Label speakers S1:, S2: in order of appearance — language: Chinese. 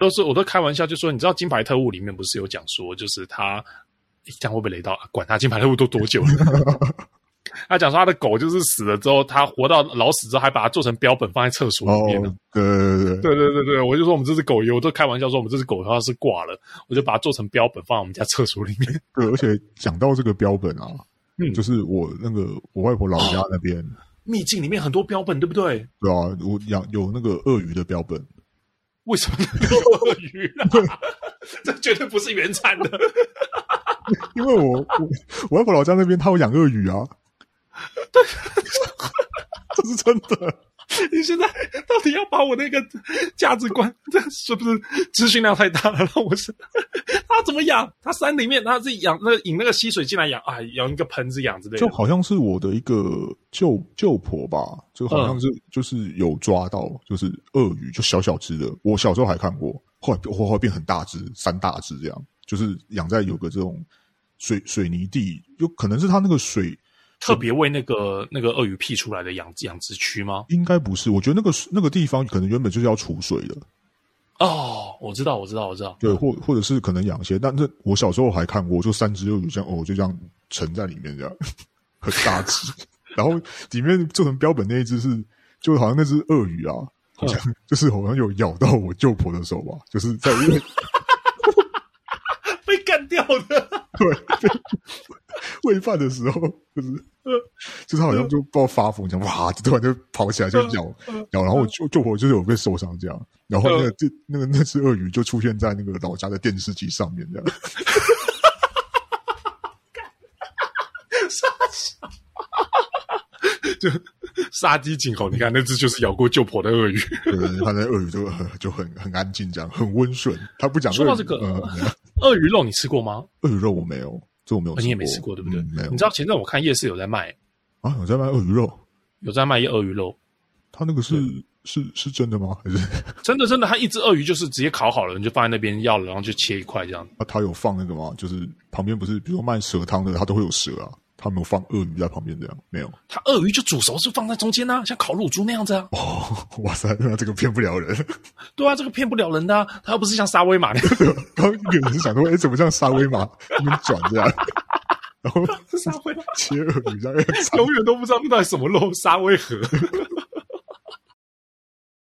S1: 都是我都开玩笑就说，你知道《金牌特务》里面不是有讲说，就是他这样会不会雷到？啊管他《金牌特务》都多 久了。他讲说他的狗就是死了之后，他活到老死之后，还把它做成标本放在厕所里面呢。啊
S2: 哦，对对对对，
S1: 对对对对，我就说我们这只狗，我都开玩笑说我们这只狗它是挂了，我就把它做成标本放在我们家厕所里面。
S2: 对，而且讲到这个标本啊，
S1: 嗯哦
S2: 就是我那个我外婆老家那边，
S1: 秘境里面很多标本，对不对？
S2: 对啊，我养有那个鳄鱼的标本，
S1: 为什么 有鳄鱼、啊？ 这绝对不是原产的。
S2: 因为我我我外婆老家那边她有养鳄鱼啊， 对，这是真的。
S1: 你现在到底要把我那个价值观，这是不是资讯量太大了？让我是他怎么养？他山里面他自己养，那引那个溪水进来养啊，养一个盆子养之类的
S2: 就。好像是我的一个舅舅婆吧，就好
S1: 嗯
S2: 像是、就是有抓到，就是鳄鱼，就小小只的。我小时候还看过，后来后来变很大只，三大只这样，就是养在有个这种水水泥地，有可能是它那个水
S1: 特别为那个那个鳄鱼辟出来的养养殖区吗？
S2: 应该不是，我觉得那个那个地方可能原本就是要储水的，
S1: 哦，我知道，我知道，我知道。
S2: 对，或或者是可能养一些。但那我小时候还看过，就三只鳄鱼这样，哦，就这样沉在里面这样，很大只。 然后里面做成标本那一只是，就好像那只鳄鱼啊，好像、就是好像有咬到我舅婆的手吧，就是在喂
S1: 被干掉的，
S2: 喂饭的时候，就是就是它好像
S1: 嗯
S2: 就不知道发疯，这样哇，就突然就跑起来就咬咬，然后我舅舅婆就是有被受伤这样，然后那
S1: 嗯
S2: 个电那个那只鳄鱼就出现在那个老家的电视机上面这样。
S1: 就杀鸡儆猴。你看那只就是咬过舅婆的鳄鱼。
S2: 对，他在鳄鱼就很就很很安静，这样很温顺。他不讲
S1: 说到
S2: 鳄鱼
S1: 这个
S2: 呃
S1: 鳄鱼肉你吃过吗？
S2: 鳄鱼肉我没有，这我没有，
S1: 哦你也没吃过，对不对？
S2: 嗯没有
S1: 你知道前阵我看夜市有在卖，
S2: 啊，有在卖鳄鱼肉，
S1: 有在卖鳄鱼肉，
S2: 他那个是是是真的吗？还是
S1: 真的真的，它一只鳄鱼就是直接烤好了，你就放在那边要了，然后就切一块这样。
S2: 啊，他有放那个吗？就是旁边不是，比如说卖蛇汤的，他都会有蛇啊，他没有放鳄鱼在旁边这样，没有。
S1: 它鳄鱼就煮熟是放在中间呐、像烤乳猪那样子啊。
S2: 哦， 哇塞，那这个骗不了人。
S1: 对啊，这个骗不了人的、啊，它又不是像沙威玛那样。
S2: 啊刚刚有人想说，哎、怎么像沙威玛那边转这样， 然后
S1: 沙威玛
S2: 切鳄鱼这样，哎
S1: 永远都不知道那到底什么肉，沙威河。